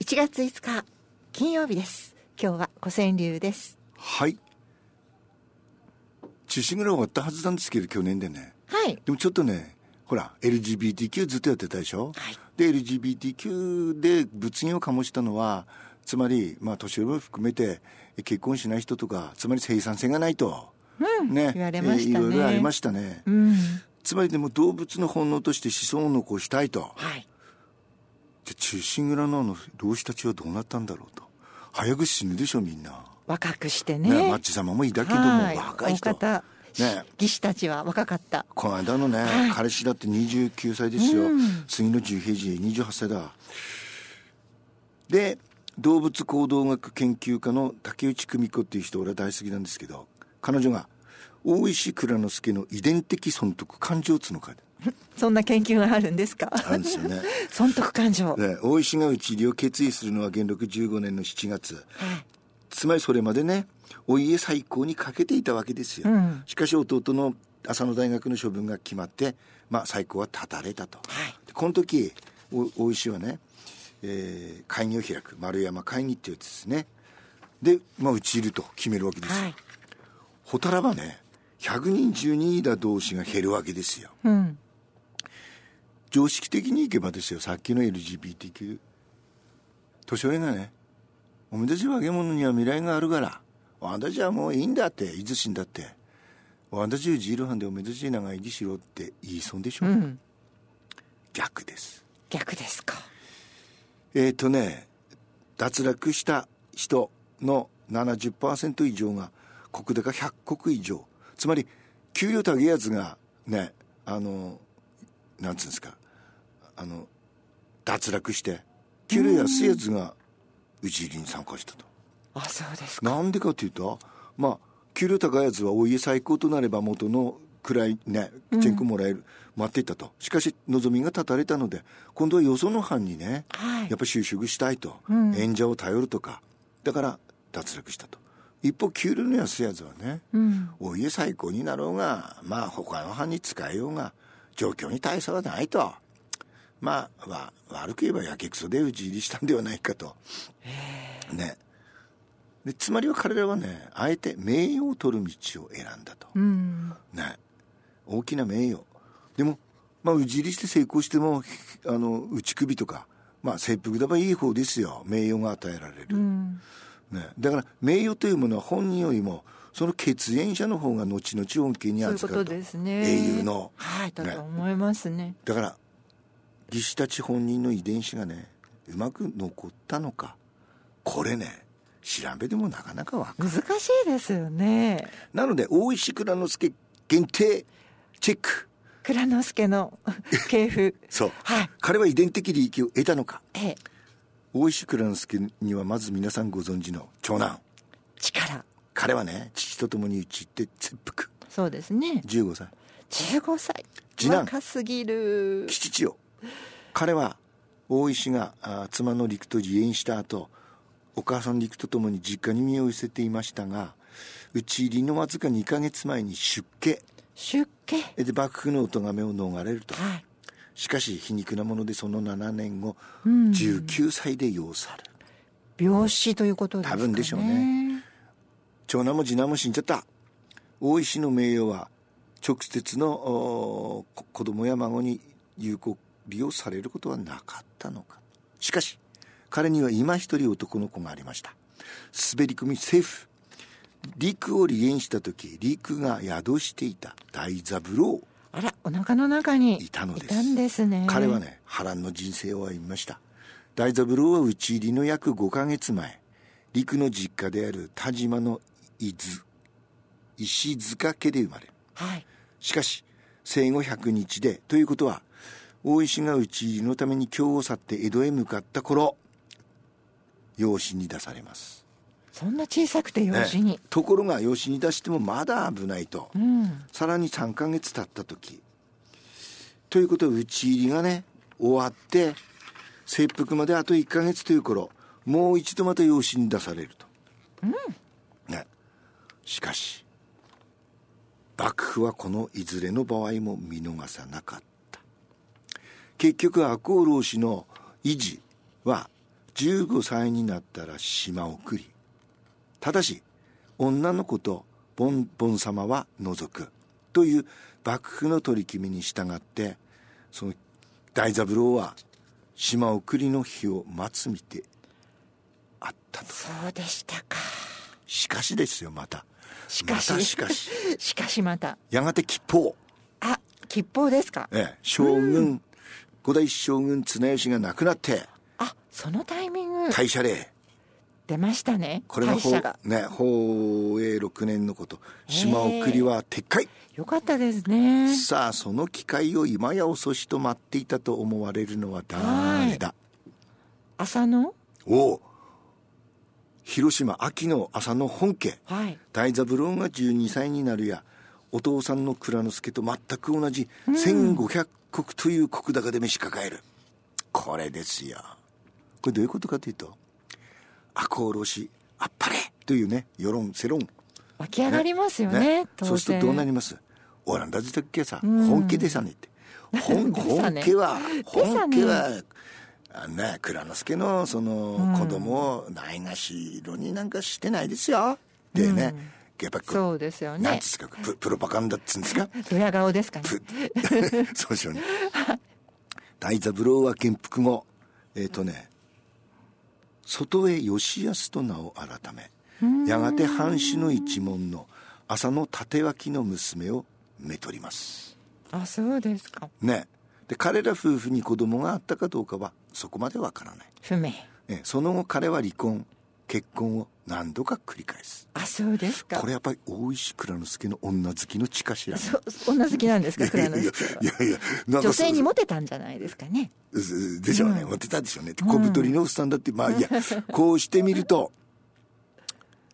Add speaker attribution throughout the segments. Speaker 1: 1月5日金曜日です今日は古川流です
Speaker 2: はい中止ぐらい終わったはずなんですけど去年でね
Speaker 1: はい
Speaker 2: でもちょっとねほら LGBTQ ずっとやってたでしょ、
Speaker 1: はい
Speaker 2: で LGBTQ で物議を醸したのはつまり、まあ、年寄りも含めてえ結婚しない人とかつまり生産性がないと、ね
Speaker 1: 言われましたね
Speaker 2: えいろいろありましたね、
Speaker 1: うん
Speaker 2: つまりでも動物の本能として子孫を残したいと
Speaker 1: はい
Speaker 2: じゃあ中心蔵のあの老子たちはどうなったんだろうと早く死ぬでしょみんな、
Speaker 1: 若くして
Speaker 2: ね
Speaker 1: ね
Speaker 2: マッチ様もいいだけども
Speaker 1: はい
Speaker 2: 若い人
Speaker 1: 大方
Speaker 2: ね
Speaker 1: 技師たちは若かった
Speaker 2: この間のね、
Speaker 1: はい
Speaker 2: 彼氏だって29歳ですよ、
Speaker 1: うん
Speaker 2: 次の十平次28歳だで動物行動学研究家の竹内久美子っていう人俺は大好きなんですけど彼女が大石蔵之介の遺伝的損得感情っつうのか
Speaker 1: そんな研究があるんですか
Speaker 2: あるんですよ ね
Speaker 1: 損得感情
Speaker 2: で大石が治療を決意するのは元禄15年の7月
Speaker 1: はい
Speaker 2: つまりそれまでねお家再興にかけていたわけですよ、
Speaker 1: うん
Speaker 2: しかし弟の浅野大学の処分が決まって、まあ、再興は断たれたと、
Speaker 1: はい
Speaker 2: でこの時お大石はね、えー会議を開く丸山会議っていうやつですねで、まあ、うちいると決めるわけですよ、
Speaker 1: はい
Speaker 2: ほたらばね100人12人だ同士が減るわけですよ
Speaker 1: うん
Speaker 2: 常識的にいけばですよさっきの LGBTQ 年寄りがね「おめでち若者には未来があるから私はもういいんだっていつ死んだって私はジールハンでおめでち長生きしろ」って言いそうでしょ、
Speaker 1: うん
Speaker 2: 逆です
Speaker 1: 逆ですか
Speaker 2: えっ、ー、とね脱落した人の70%以上が国高100国以上つまり給料高いやつがねあのなんつうんですかあの脱落して給料安いやつが討ち入りに参加したと
Speaker 1: あそうですか
Speaker 2: なんでかというとまあ給料高いやつはお家最高となれば元の位ねチェンクもらえる、待っていたとしかし望みが断たれたので今度はよその班にね、
Speaker 1: はい
Speaker 2: やっぱり就職したいと、
Speaker 1: うん
Speaker 2: 演者を頼るとかだから脱落したと一方給料の安いやつはね、
Speaker 1: うん
Speaker 2: お家最高になろうがまあ他の班に使えようが状況に大差はないとまあわ悪く言えばやけくそで討ち入りしたんではないかとねでつまりは彼らはねあえて名誉を取る道を選んだと、
Speaker 1: うん
Speaker 2: ね大きな名誉でもまあうじりして成功してもあの打ち首とかまあ切腹だばいい方ですよ名誉が与えられる、
Speaker 1: うん
Speaker 2: ね、だから名誉というものは本人よりもその血縁者の方が後々恩恵に
Speaker 1: そういう
Speaker 2: 預
Speaker 1: こ
Speaker 2: かる
Speaker 1: と
Speaker 2: と
Speaker 1: ですね
Speaker 2: 英雄の
Speaker 1: はいだ
Speaker 2: ね
Speaker 1: と思いますね
Speaker 2: だから技師たち本人の遺伝子がねうまく残ったのかこれね調べでもなかなかわかんない
Speaker 1: 難しいですよね
Speaker 2: なので大石蔵之介限定チェック
Speaker 1: 蔵之介の 系譜
Speaker 2: そう
Speaker 1: はい
Speaker 2: 彼は遺伝的利益を得たのか
Speaker 1: ええ
Speaker 2: 大石蔵之介にはまず皆さんご存知の長男
Speaker 1: 力
Speaker 2: 彼はね父と共に討ち入って切腹
Speaker 1: そうですね
Speaker 2: 15歳
Speaker 1: 15歳
Speaker 2: 次男
Speaker 1: 若すぎる
Speaker 2: 吉千代彼は大石があー妻の陸と離縁した後お母さん陸と共に実家に身を寄せていましたがうち入りのわずか2ヶ月前に出家
Speaker 1: 出家
Speaker 2: で幕府のお咎めを逃れると
Speaker 1: はい
Speaker 2: しかし皮肉なものでその7年後
Speaker 1: ん
Speaker 2: 19歳で要される
Speaker 1: 病死ということですか、ね、
Speaker 2: 多分でしょうね長男も次男も死んじゃった大石の名誉は直接のおーこ子供や孫に有効利用されることはなかったのかしかし彼には今一人男の子がありました滑り込みセーフ陸を離縁した時陸が宿していた大三郎
Speaker 1: あらお腹の中に
Speaker 2: いたのです
Speaker 1: んですね
Speaker 2: 彼はね波乱の人生を歩みました大三郎は討ち入りの約5ヶ月前陸の実家である田島の伊豆石塚家で生まれ
Speaker 1: はい
Speaker 2: しかし生後100日でということは大石が討ち入りのために京を去って江戸へ向かった頃養子に出されます
Speaker 1: そんな小さくて養子に、
Speaker 2: ねところが養子に出してもまだ危ないと、
Speaker 1: うん
Speaker 2: さらに3ヶ月経った時ということは打ち入りがね終わって切腹まであと1ヶ月という頃もう一度また養子に出されると、ね、しかし幕府はこのいずれの場合も見逃さなかった結局赤穂浪士の維持は15歳になったら島送りただし女の子とボンボン様は除くという幕府の取り決めに従ってその大三郎は島送りの日を待つみてあったと
Speaker 1: そうでしたか
Speaker 2: しかしですよまた
Speaker 1: しかし
Speaker 2: またしかし
Speaker 1: しかしまた
Speaker 2: やがて吉報
Speaker 1: あ吉報ですか
Speaker 2: ええ、将軍五代将軍綱吉が亡くなって
Speaker 1: あそのタイミング
Speaker 2: 大社令
Speaker 1: 出ましたね
Speaker 2: これが
Speaker 1: 会
Speaker 2: 法
Speaker 1: 社が
Speaker 2: ね、宝永6年のこと島送りは撤回
Speaker 1: よかったですね
Speaker 2: さあその機会を今や遅しと待っていたと思われるのは誰だ
Speaker 1: 朝の
Speaker 2: おお広島秋の朝の本家
Speaker 1: はい
Speaker 2: 大三郎が12歳になるやお父さんの蔵之介と全く同じ1500石という石高で召し抱える、これですよこれどういうことかというと赤おろしあっぱれというね世論世論
Speaker 1: 湧き上がりますよね当然
Speaker 2: そうするとどうなりますオランダ人だっけさ、
Speaker 1: うん
Speaker 2: 本家でさねって 本
Speaker 1: でさ
Speaker 2: 本
Speaker 1: ね
Speaker 2: 家は
Speaker 1: でさ
Speaker 2: 本
Speaker 1: ね
Speaker 2: 家はあのね蔵之介のその子供をないがしろになんかしてないですよでね、やっぱこ
Speaker 1: そうですよ
Speaker 2: なん
Speaker 1: ね
Speaker 2: ですかププロパガンダっつうんですか
Speaker 1: ドヤ顔ですかね
Speaker 2: プ そうでしょうね大三郎は元服後えっ、とね外へ吉安と名を改めやがて藩主の一門の浅野立脇の娘をめとります
Speaker 1: あそうですか
Speaker 2: ねで彼ら夫婦に子供があったかどうかはそこまでわからない、
Speaker 1: 不明
Speaker 2: えその後彼は離婚結婚を何度か繰り返す
Speaker 1: あそうですか
Speaker 2: これやっぱり大石内蔵之助の女好きの血かしらね
Speaker 1: そ女好きなんですか
Speaker 2: い
Speaker 1: 倉
Speaker 2: やい
Speaker 1: 之介はい
Speaker 2: やいやなんか
Speaker 1: 女性にモテたんじゃないですかね
Speaker 2: そうでしょうね、持ってたでしょうね小太りのおっさんだってまあいやこうしてみると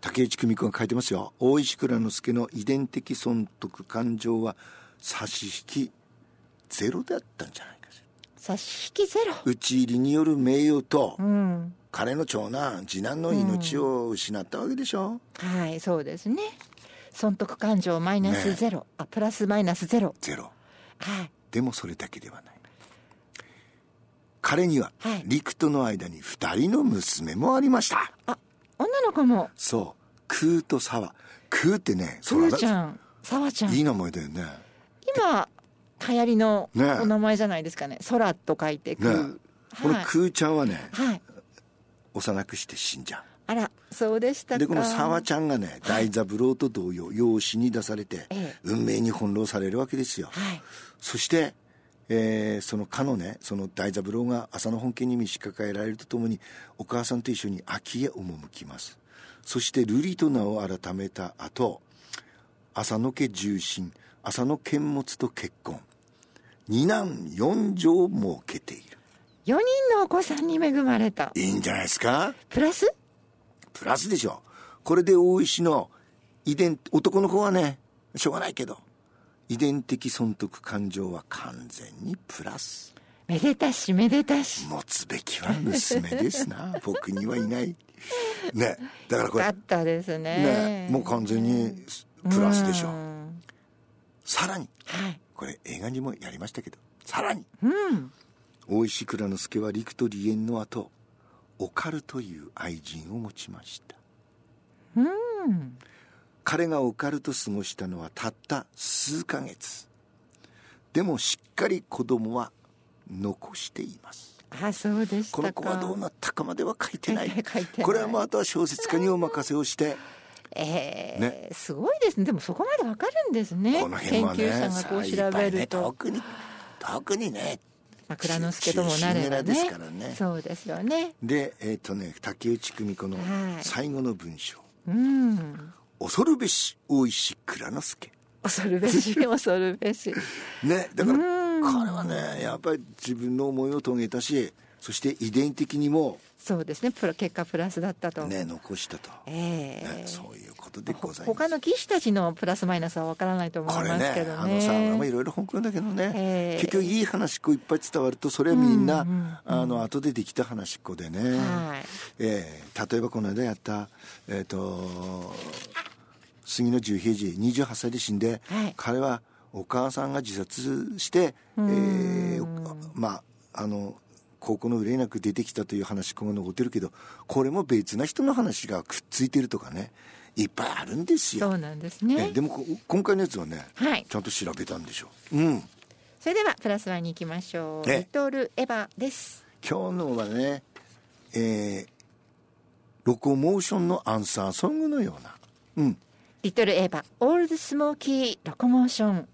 Speaker 2: 竹内久美子が書いてますよ大石内之助の遺伝的損得感情は差し引きゼロだったんじゃないかしら
Speaker 1: 差し引きゼロ
Speaker 2: 討ち入りによる名誉と
Speaker 1: うん
Speaker 2: 彼の長男次男の命を失ったわけでしょ、
Speaker 1: はいそうですね損得感情マイナスゼロ、あプラスマイナスゼロ
Speaker 2: ゼロ
Speaker 1: はい
Speaker 2: でもそれだけではない彼には
Speaker 1: はい
Speaker 2: 陸との間に2人の娘もありました、
Speaker 1: あ女の子も
Speaker 2: そう空と沢空ってね
Speaker 1: プ
Speaker 2: 空
Speaker 1: ー
Speaker 2: だ
Speaker 1: ちゃんさわちゃん
Speaker 2: いい名前だよね
Speaker 1: 今流行りの
Speaker 2: ねえ
Speaker 1: お名前じゃないですかね空と書いてく、
Speaker 2: ねこの
Speaker 1: はい、
Speaker 2: 空ちゃんはね
Speaker 1: はい、
Speaker 2: 幼くして死んじゃ
Speaker 1: あらそうでしたか
Speaker 2: うでこの沢ちゃんがね大三郎と同様養子に出されて
Speaker 1: ええ
Speaker 2: 運命に翻弄されるわけですよ
Speaker 1: はい
Speaker 2: そして、えーそのかのねその大三郎が浅野本家に召し抱えられるとともにお母さんと一緒に秋へ赴きますそして瑠璃と名を改めた後浅野家重臣浅野堅物と結婚二男四女を設けている
Speaker 1: 4人のお子さんに恵まれた
Speaker 2: いいんじゃないですか
Speaker 1: プラス
Speaker 2: プラスでしょこれで大石の遺伝男の子はねしょうがないけど遺伝的損得感情は完全にプラス
Speaker 1: めでたしめでたし
Speaker 2: 持つべきは娘で すな僕にはいないねだからこ
Speaker 1: よか
Speaker 2: れ
Speaker 1: ったですね
Speaker 2: ねもう完全にプラスでしょ
Speaker 1: うん
Speaker 2: さらに
Speaker 1: はい
Speaker 2: これ映画にもやりましたけどさらに
Speaker 1: うん
Speaker 2: 大石内蔵之助は陸と離縁の後オカルという愛人を持ちました
Speaker 1: うん
Speaker 2: 彼がオカルと過ごしたのはたった数ヶ月でもしっかり子供は残しています
Speaker 1: あそうでした
Speaker 2: こ
Speaker 1: か
Speaker 2: の子はどうなったかまでは書いてな い
Speaker 1: 書いてない書いてない
Speaker 2: これはもうあとは小説家にお任せをして
Speaker 1: えー
Speaker 2: ね
Speaker 1: すごいですねでもそこまでわかるんですね
Speaker 2: この辺はね
Speaker 1: 研究者がこう調べる
Speaker 2: さあい
Speaker 1: と
Speaker 2: っ、ぱいね特に特にね
Speaker 1: まあ、蔵之介ともなれば
Speaker 2: 中心蔵です
Speaker 1: ね
Speaker 2: からね
Speaker 1: そうですよね
Speaker 2: でえっ、とね竹内久美子の
Speaker 1: はい
Speaker 2: 最後の文章、
Speaker 1: うん
Speaker 2: 恐るべし大石蔵之介
Speaker 1: 恐るべ し恐るべし
Speaker 2: ねだから彼はねやっぱり自分の思いを遂げたしそして遺伝的にも
Speaker 1: そうですねプラ結果プラスだったと、
Speaker 2: ね残したと、
Speaker 1: ええ
Speaker 2: ね、そういうことでご
Speaker 1: ほ
Speaker 2: ざいます
Speaker 1: 他の棋士たちのプラスマイナスはわからないと思
Speaker 2: こ
Speaker 1: い
Speaker 2: れ
Speaker 1: ます
Speaker 2: ね
Speaker 1: けどね
Speaker 2: あのさもいろいろ本当だけどね、
Speaker 1: ええ
Speaker 2: 結局いい話っこいっぱい伝わるとそれはみんな、あの後でできた話っこでね、
Speaker 1: はい
Speaker 2: ええ例えばこの間やったえっ、と杉野十平次28歳で死んで、
Speaker 1: はい
Speaker 2: 彼はお母さんが自殺して、ええおまああの高校の憂いなく出てきたという話今後残ってるけどこれも別な人の話がくっついてるとかねいっぱいあるんです
Speaker 1: そ
Speaker 2: よ、
Speaker 1: うなんですね
Speaker 2: ねでもこ今回のやつはね、
Speaker 1: はい
Speaker 2: ちゃんと調べたんでしょうん
Speaker 1: それではプラスワンに行きましょう
Speaker 2: え
Speaker 1: リトルエヴァです
Speaker 2: 今日のはねえーロコモーションのアンサーソングのようなうん
Speaker 1: リトルエヴァオールドスモーキーロコモーション